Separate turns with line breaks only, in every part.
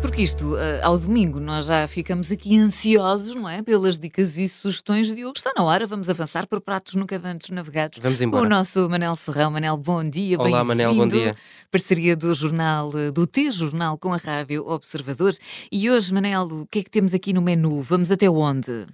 porque isto, eh, ao domingo, nós já ficamos aqui ansiosos, não é? Pelas dicas e sugestões de Diogo. Está na hora, vamos avançar por pratos nunca antes navegados.
Vamos
O
embora.
nosso Manel Serrão. Manel, bom dia,
Olá,
bem-vindo.
Manel, bom dia.
Parceria do jornal, eh, do T-Jornal com a Rádio Observadores. E hoje, Manel, o que é que temos aqui no menu? Vamos até onde?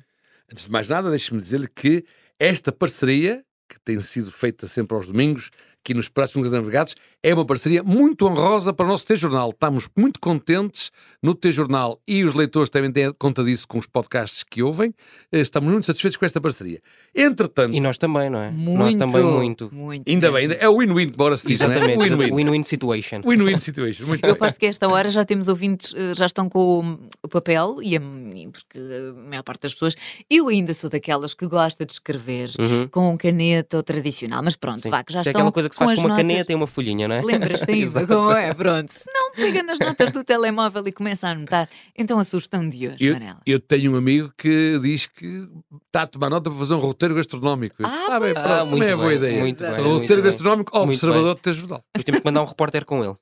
Antes de mais nada, deixe-me dizer-lhe que esta parceria, que tem sido feita sempre aos domingos, aqui nos Pratos Nunca Navegados, é uma parceria muito honrosa para o nosso T-Jornal. Estamos muito contentes no T-Jornal e os leitores também têm conta disso com os podcasts que ouvem. Eh, Estamos muito satisfeitos com esta parceria. Entretanto,
E nós também, não é? Nós
Muito.
também, muito.
muito
ainda
mesmo.
bem, ainda- é o win-win, bora se diz, não é?
Exatamente. exatamente.
Win-win.
Win-win situation.
Win-win situation. Muito
Eu
bem.
aposto que a esta hora já temos ouvintes, eh, já estão com o- o papel, e a, e porque a maior parte das pessoas, eu ainda sou daquelas que gosta de escrever
Uhum.
com um caneta ou tradicional, mas pronto,
Sim.
vá, que já
Que é
estão
aquela coisa que se
com
faz
as
com uma
notas.
caneta e uma folhinha, não é?
Lembras-te isso,
Exato.
como é? Pronto. Se não, pega nas notas do telemóvel e começa a anotar. Então a sugestão de hoje,
Eu,
Manela.
eu tenho um amigo que diz que está a tomar nota para fazer um roteiro gastronómico. Eu disse,
Ah,
está bem,
pois
pronto,
é. Ah,
também é
muito
boa
bem,
ideia.
muito bem,
roteiro
muito bem.
gastronómico,
Muito
observador de T-Jornal.
Depois temos que mandar um repórter com ele.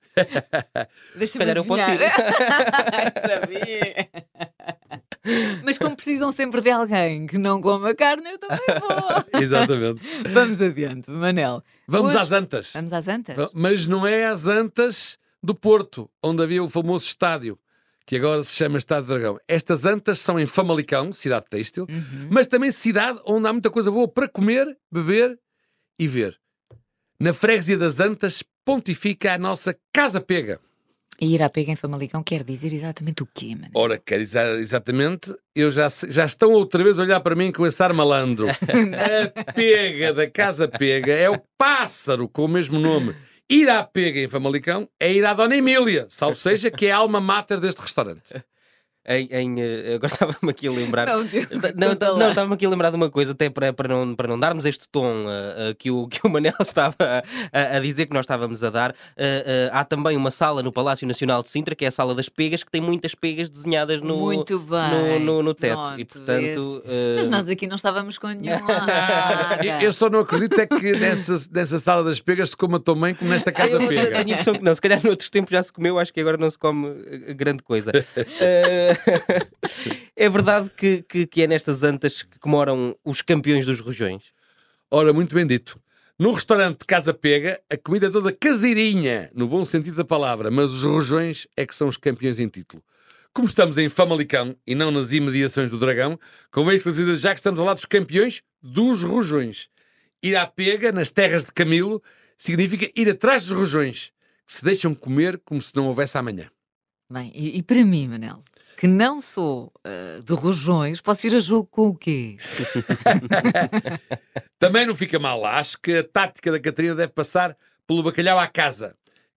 Se
Deixa-me
calhar eu posso ir.
adivinhar. Sabia. Mas como precisam sempre de alguém que não coma carne, eu também vou.
Exatamente.
Vamos adiante, Manel.
Vamos
Hoje-
às Antas.
Vamos às antas?
Mas não é às Antas do Porto, onde havia o famoso estádio, que agora se chama Estádio Dragão. Estas Antas são em Famalicão, cidade têxtil,
Uhum.
mas também cidade onde há muita coisa boa para comer, beber e ver. Na freguesia das Antas pontifica a nossa Casa Pega.
E ir à pega em Famalicão quer dizer exatamente o quê,
Oh,
Manel?
Ora, quer dizer exatamente, eu já, se- já estão outra vez a olhar para mim com esse ar malandro.
é.
a pega da Casa Pega é o pássaro com o mesmo nome. Ir à pega em Famalicão é ir à Dona Emília, salvo seja, que é a alma mater deste restaurante.
Em, em, eh, agora estava-me aqui a lembrar.
Não, Diogo,
Da- Não,
conta
da-
lá.
não, estava-me aqui a lembrar de uma coisa, até para, para, não, para não darmos este tom ah, ah, que, o, que o Manel estava a- a, a dizer que nós estávamos a dar. Ah, ah, há também uma sala no Palácio Nacional de Sintra, que é a Sala das Pegas, que tem muitas pegas desenhadas no,
Muito bem.
no, no, no teto.
Pronto,
e portanto.
vê-se. Mas
ah,
nós aqui não estávamos com nenhum.
Eh,
Ah,
Ah, Eu- Eu só não acredito é que nessa, nessa sala das pegas se coma tão bem como nesta Casa
eu
Pega.
tenho a impressão que não, se calhar noutros tempos já se comeu, acho que agora não se come eh, grande coisa. Eh, é verdade que, que, que é nestas antas que moram os campeões dos rojões.
Ora, muito bem dito. No restaurante Casa Pega, a comida é toda caseirinha, no bom sentido da palavra, mas os rojões é que são os campeões em título. Como estamos em Famalicão e não nas imediações do Dragão, convém exclusiva já que estamos ao lado dos campeões dos rojões. Ir à Pega, nas terras de Camilo, significa ir atrás dos rojões, que se deixam comer como se não houvesse amanhã.
Bem, e, e para mim, Manel, que não sou ah, de rojões, posso ir a jogo com o quê?
Também não fica mal, acho que a tática da Catarina deve passar pelo bacalhau à casa,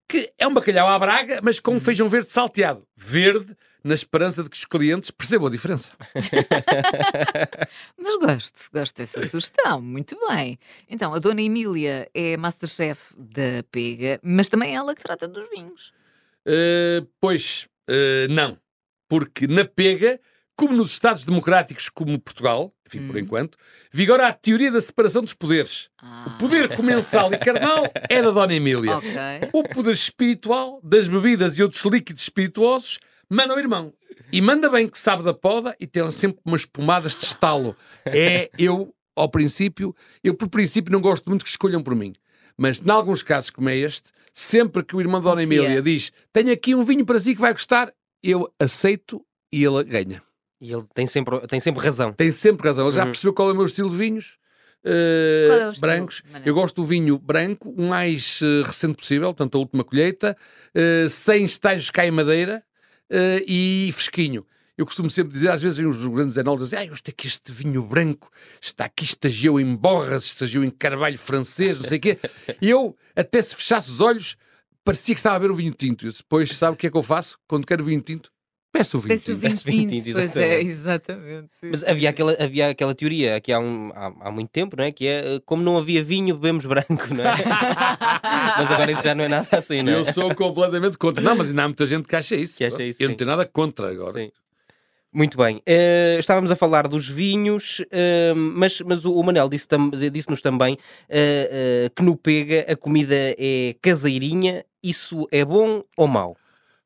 que é um bacalhau à braga, mas
Uhum.
com um feijão verde salteado. Verde, na esperança de que os clientes percebam a diferença.
Mas gosto, gosto dessa sugestão, muito bem. Então, a Dona Emília é Masterchef da Pega, mas também é ela que trata dos vinhos.
Eh, pois, eh, não. Porque na pega, como nos Estados Democráticos como Portugal, enfim, por
Hum.
enquanto, vigora a teoria da separação dos poderes. O
Ah,
poder comensal e carnal é da Dona Emília.
Ok.
O poder espiritual das bebidas e outros líquidos espirituosos manda ao irmão. E manda bem que sabe da poda e tem sempre umas pomadas de estalo. É, eu, ao princípio, eu por princípio não gosto muito que escolham por mim. Mas, em alguns casos como é este, sempre que o irmão de Dona
Confia.
Emília diz tenho aqui um vinho para si que vai gostar, eu aceito e ele ganha.
E ele tem sempre, tem sempre razão.
Tem sempre razão. Ele já
Uhum.
percebeu qual é o meu estilo de vinhos? eh,
Qual é o estilo,
brancos.
Manel?
Eu gosto do vinho branco, o mais eh, recente possível, portanto, a última colheita, eh, sem estágios cá em madeira eh, e fresquinho. Eu costumo sempre dizer, às vezes, vêm os grandes enólogos dizem, ah, eu sei que este vinho branco está aqui, estagiou em borras, estagiou em carvalho francês, não sei o quê. E eu, até se fechasse os olhos, parecia que estava a ver o vinho tinto. Eu disse, pois, sabe o que é que eu faço? Quando quero vinho tinto, peço o vinho
Peço o
tinto.
vinho
Vinho
tinto,
tinto,
pois é, exatamente. sim.
Mas havia aquela, havia aquela teoria aqui há, um- há- há muito tempo, não é? Que é eh, como não havia vinho, bebemos branco, não é? Mas agora isso já não é nada assim, não é?
Eu sou completamente contra. Não, mas ainda há muita gente que acha isso.
Que acha isso,
eu não
sim.
tenho nada contra agora.
Sim. Muito bem. Eh, estávamos a falar dos vinhos, eh, mas, mas o o Manel disse tam- disse-nos também eh, eh, que no Pega a comida é caseirinha. Isso é bom ou mau?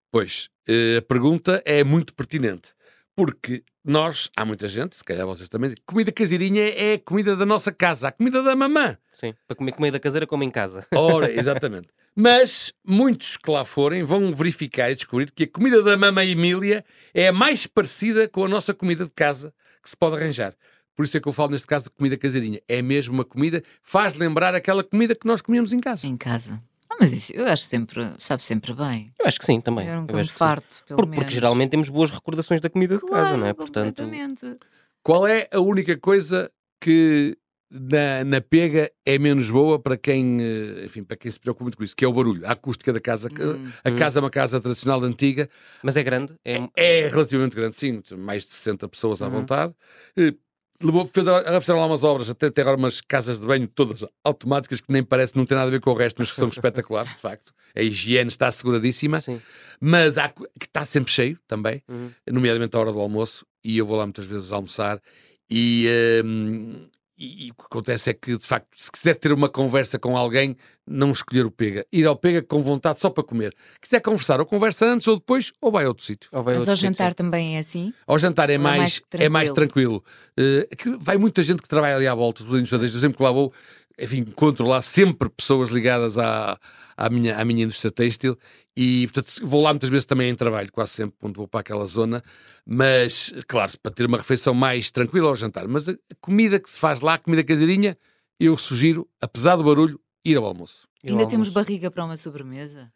Pois, eh, a pergunta é muito pertinente, porque nós, há muita gente, se calhar vocês também, comida caseirinha é a comida da nossa casa, a comida da mamã.
Sim, para comer comida caseira, como em casa.
Ora, exatamente. Mas muitos que lá forem vão verificar e descobrir que a comida da mamã Emília é a mais parecida com a nossa comida de casa que se pode arranjar. Por isso é que eu falo neste caso de comida caseirinha. É mesmo uma comida, faz lembrar aquela comida que nós comíamos em casa.
Em casa. Ah, mas isso eu acho sempre, sabe sempre bem.
Eu acho que sim, também.
eu nunca
Eu
me
acho que sim.
um farto, pelo
Por- porque,
menos.
geralmente temos boas recordações da comida de casa,
Claro,
não é? Portanto,
completamente.
Qual é a única coisa que na, na pega é menos boa para quem, eh, enfim, para quem se preocupa muito com isso, que é o barulho, a acústica da casa.
Hum.
A
Hum.
casa é uma casa tradicional antiga,
mas é grande. É,
é relativamente grande, sim, tem mais de 60 pessoas à
Uhum.
vontade. Eh, Levou, fez, agora- fizeram lá umas obras, até tem agora umas casas de banho todas automáticas que nem parece, não tem nada a ver com o resto, mas que são espetaculares, de facto. A higiene está asseguradíssima,
Sim.
mas há co- que está sempre cheio também
Uhum.
nomeadamente à hora do almoço, e eu vou lá muitas vezes almoçar, e, hum, e- e o que acontece é que, de facto, se quiser ter uma conversa com alguém, não escolher o pega. Ir ao pega com vontade só para comer. Quiser conversar, ou conversa antes ou depois, ou vai a outro sítio.
Ou vai
Mas
outro
ao
tipo, sim.
jantar também é assim?
Ao jantar é
Ou é mais
mais, é mais tranquilo. Eh, que vai muita gente que trabalha ali à volta, tudo em Jardins. Eu sempre que lá vou, enfim, encontro lá sempre pessoas ligadas à, à, minha, à minha indústria têxtil e, portanto, se- vou lá muitas vezes também em trabalho, quase sempre, quando vou para aquela zona. Mas, claro, para ter uma refeição mais tranquila ao jantar. Mas a comida que se faz lá, a comida caseirinha, eu sugiro, apesar do barulho, ir ao almoço.
E ao
Ainda temos
almoço.
barriga para uma sobremesa?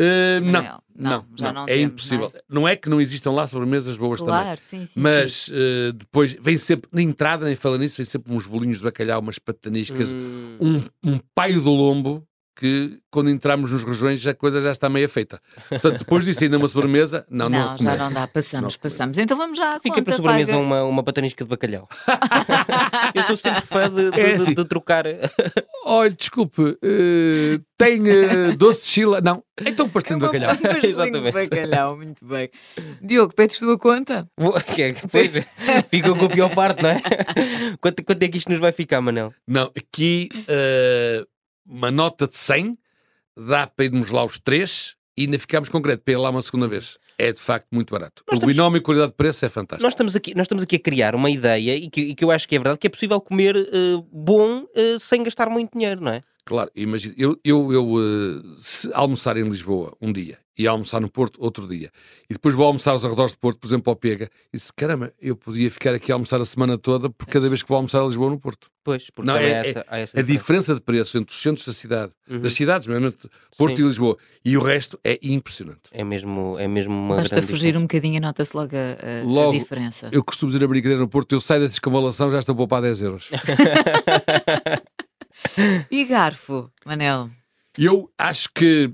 Eh, não,
Manuel?
não,
já não,
não, é
temos, não
impossível.
é?
Não é que não existam lá sobremesas boas também.
Claro, sim, sim. sim.
Mas eh, depois vem sempre, na entrada, nem falando nisso, vem sempre uns bolinhos de bacalhau, umas pataniscas,
Hum.
um, um paio do lombo que quando entramos nos rojões a coisa já está meia feita. Portanto, depois disso ainda uma sobremesa, não, não, há
Não,
como
já
é.
não dá. Passamos,
Não.
passamos. Então vamos já à
Fica
conta,
para sobremesa um
paga.
uma, uma patanisca de bacalhau. Eu sou sempre fã de, de-
É
de-
assim.
de trocar.
Olha, desculpe, eh, tem eh, doce de chila? Não. Então pastinho de bacalhau.
Exatamente.
Exatamente.
um bacalhau, muito bem. Diogo, pedes tua conta?
Vou- que é que- Pois, ficou com a pior parte, não é? Quanto, quanto é que isto nos vai ficar, Manel?
Não, aqui eh, uma nota de 100 dá para irmos lá os três e ainda ficamos com crédito para ir lá uma segunda vez. É de facto muito barato.
Nós
o
estamos-
binómio qualidade-preço é fantástico.
Nós estamos, aqui, nós estamos aqui a criar uma ideia e que, e que eu acho que é verdade que é possível comer eh, bom eh, sem gastar muito dinheiro, não é?
Claro, imagina, eu, eu, eu, eh, se almoçar em Lisboa um dia e almoçar no Porto outro dia, e depois vou almoçar aos arredores do Porto, por exemplo, ao Pega, e disse, caramba, eu podia ficar aqui a almoçar a semana toda por cada vez que vou almoçar a Lisboa ou no Porto.
Pois, porque
Não,
também
é-
há essa, há essa
A diferença de preço entre os centros da cidade,
Uhum.
das cidades, mesmo Porto
Sim.
e Lisboa, e o resto é impressionante.
É mesmo, é mesmo uma
Basta
grande
fugir
diferença.
um bocadinho e nota-se logo a, a- a
Logo,
diferença.
Eu costumo dizer a brincadeira no Porto, eu saio dessa escavalação, já estou a poupar 10 euros.
E garfo, Manel?
E eu acho que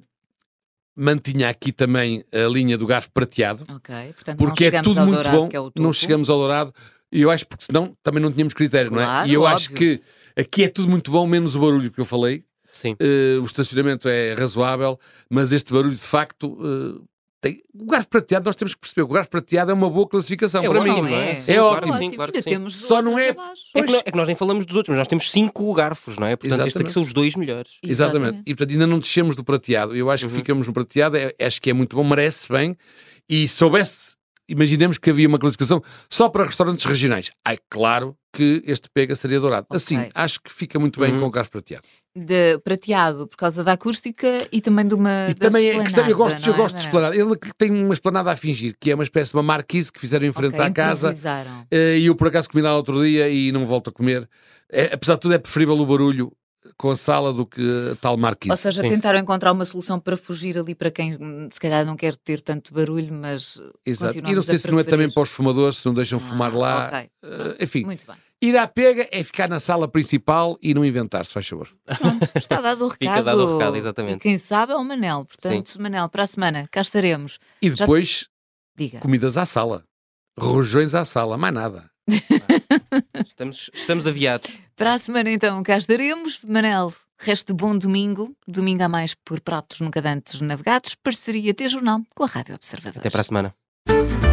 mantinha aqui também a linha do garfo prateado,
Ok, portanto não
porque é
chegamos
tudo
ao
muito
dourado,
bom,
que é o topo.
não chegamos ao dourado, e eu acho porque senão também não tínhamos critério, não é?
Claro,
E eu
óbvio.
acho que aqui é tudo muito bom, menos o barulho que eu falei,
um.
Sim.
Eh, o estacionamento é razoável, mas este barulho de facto... eh, tem... O garfo prateado, nós temos que perceber, que o garfo prateado é uma boa classificação
É
para
ótimo,
mim.
não é?
Sim,
É
claro,
ótimo.
Sim, claro que
Ainda
sim.
temos
Só não
outras
é-
abaixo.
É que,
Pois.
nó- é que nós nem falamos dos outros, mas nós temos cinco garfos, não é? Portanto, estes
Exatamente.
aqui são os dois melhores.
Exatamente. E portanto ainda não descemos do prateado. Eu acho que
Uhum.
ficamos no prateado, é- acho que é muito bom, merece bem. E soubesse, imaginemos que havia uma classificação só para restaurantes regionais. Ai, claro que este pega seria dourado.
Ok.
Assim, acho que fica muito bem
Uhum.
com o gás prateado.
De prateado por causa da acústica e também de uma.
e
da
também é questão, eu
esplanada,
gosto, eu
não é,
gosto de
Manel?
esplanada. Ele que tem uma esplanada a fingir, que é uma espécie de uma marquise que fizeram em frente
Ok,
à casa.
improvisaram.
Eh, E eu por acaso comi lá outro dia e não volto a comer. É, apesar de tudo, é preferível o barulho com a sala do que a tal marquise.
Ou seja,
sim.
tentaram encontrar uma solução para fugir ali para quem hum, se calhar não quer ter tanto barulho, mas. uh,
Exato. E não
continuamos
sei
a
se não é também
preferir.
para os fumadores, se não deixam fumar
Ah,
lá.
ok.
Eh, enfim,
Muito bem.
ir à pega é ficar na sala principal e não inventar, se faz favor.
Pronto, está dado o recado.
Fica dado o recado, exatamente.
E quem sabe é o Manel. Portanto, Manel, para a semana cá estaremos.
E
Já-
depois,
Diga.
comidas à sala. Rojões à sala, mais nada.
Estamos, estamos aviados.
Para a semana então cá estaremos. Manel, resto de bom domingo. Domingo a mais por pratos nunca antes navegados. Parceria T-Jornal com a Rádio Observador.
Até para a semana.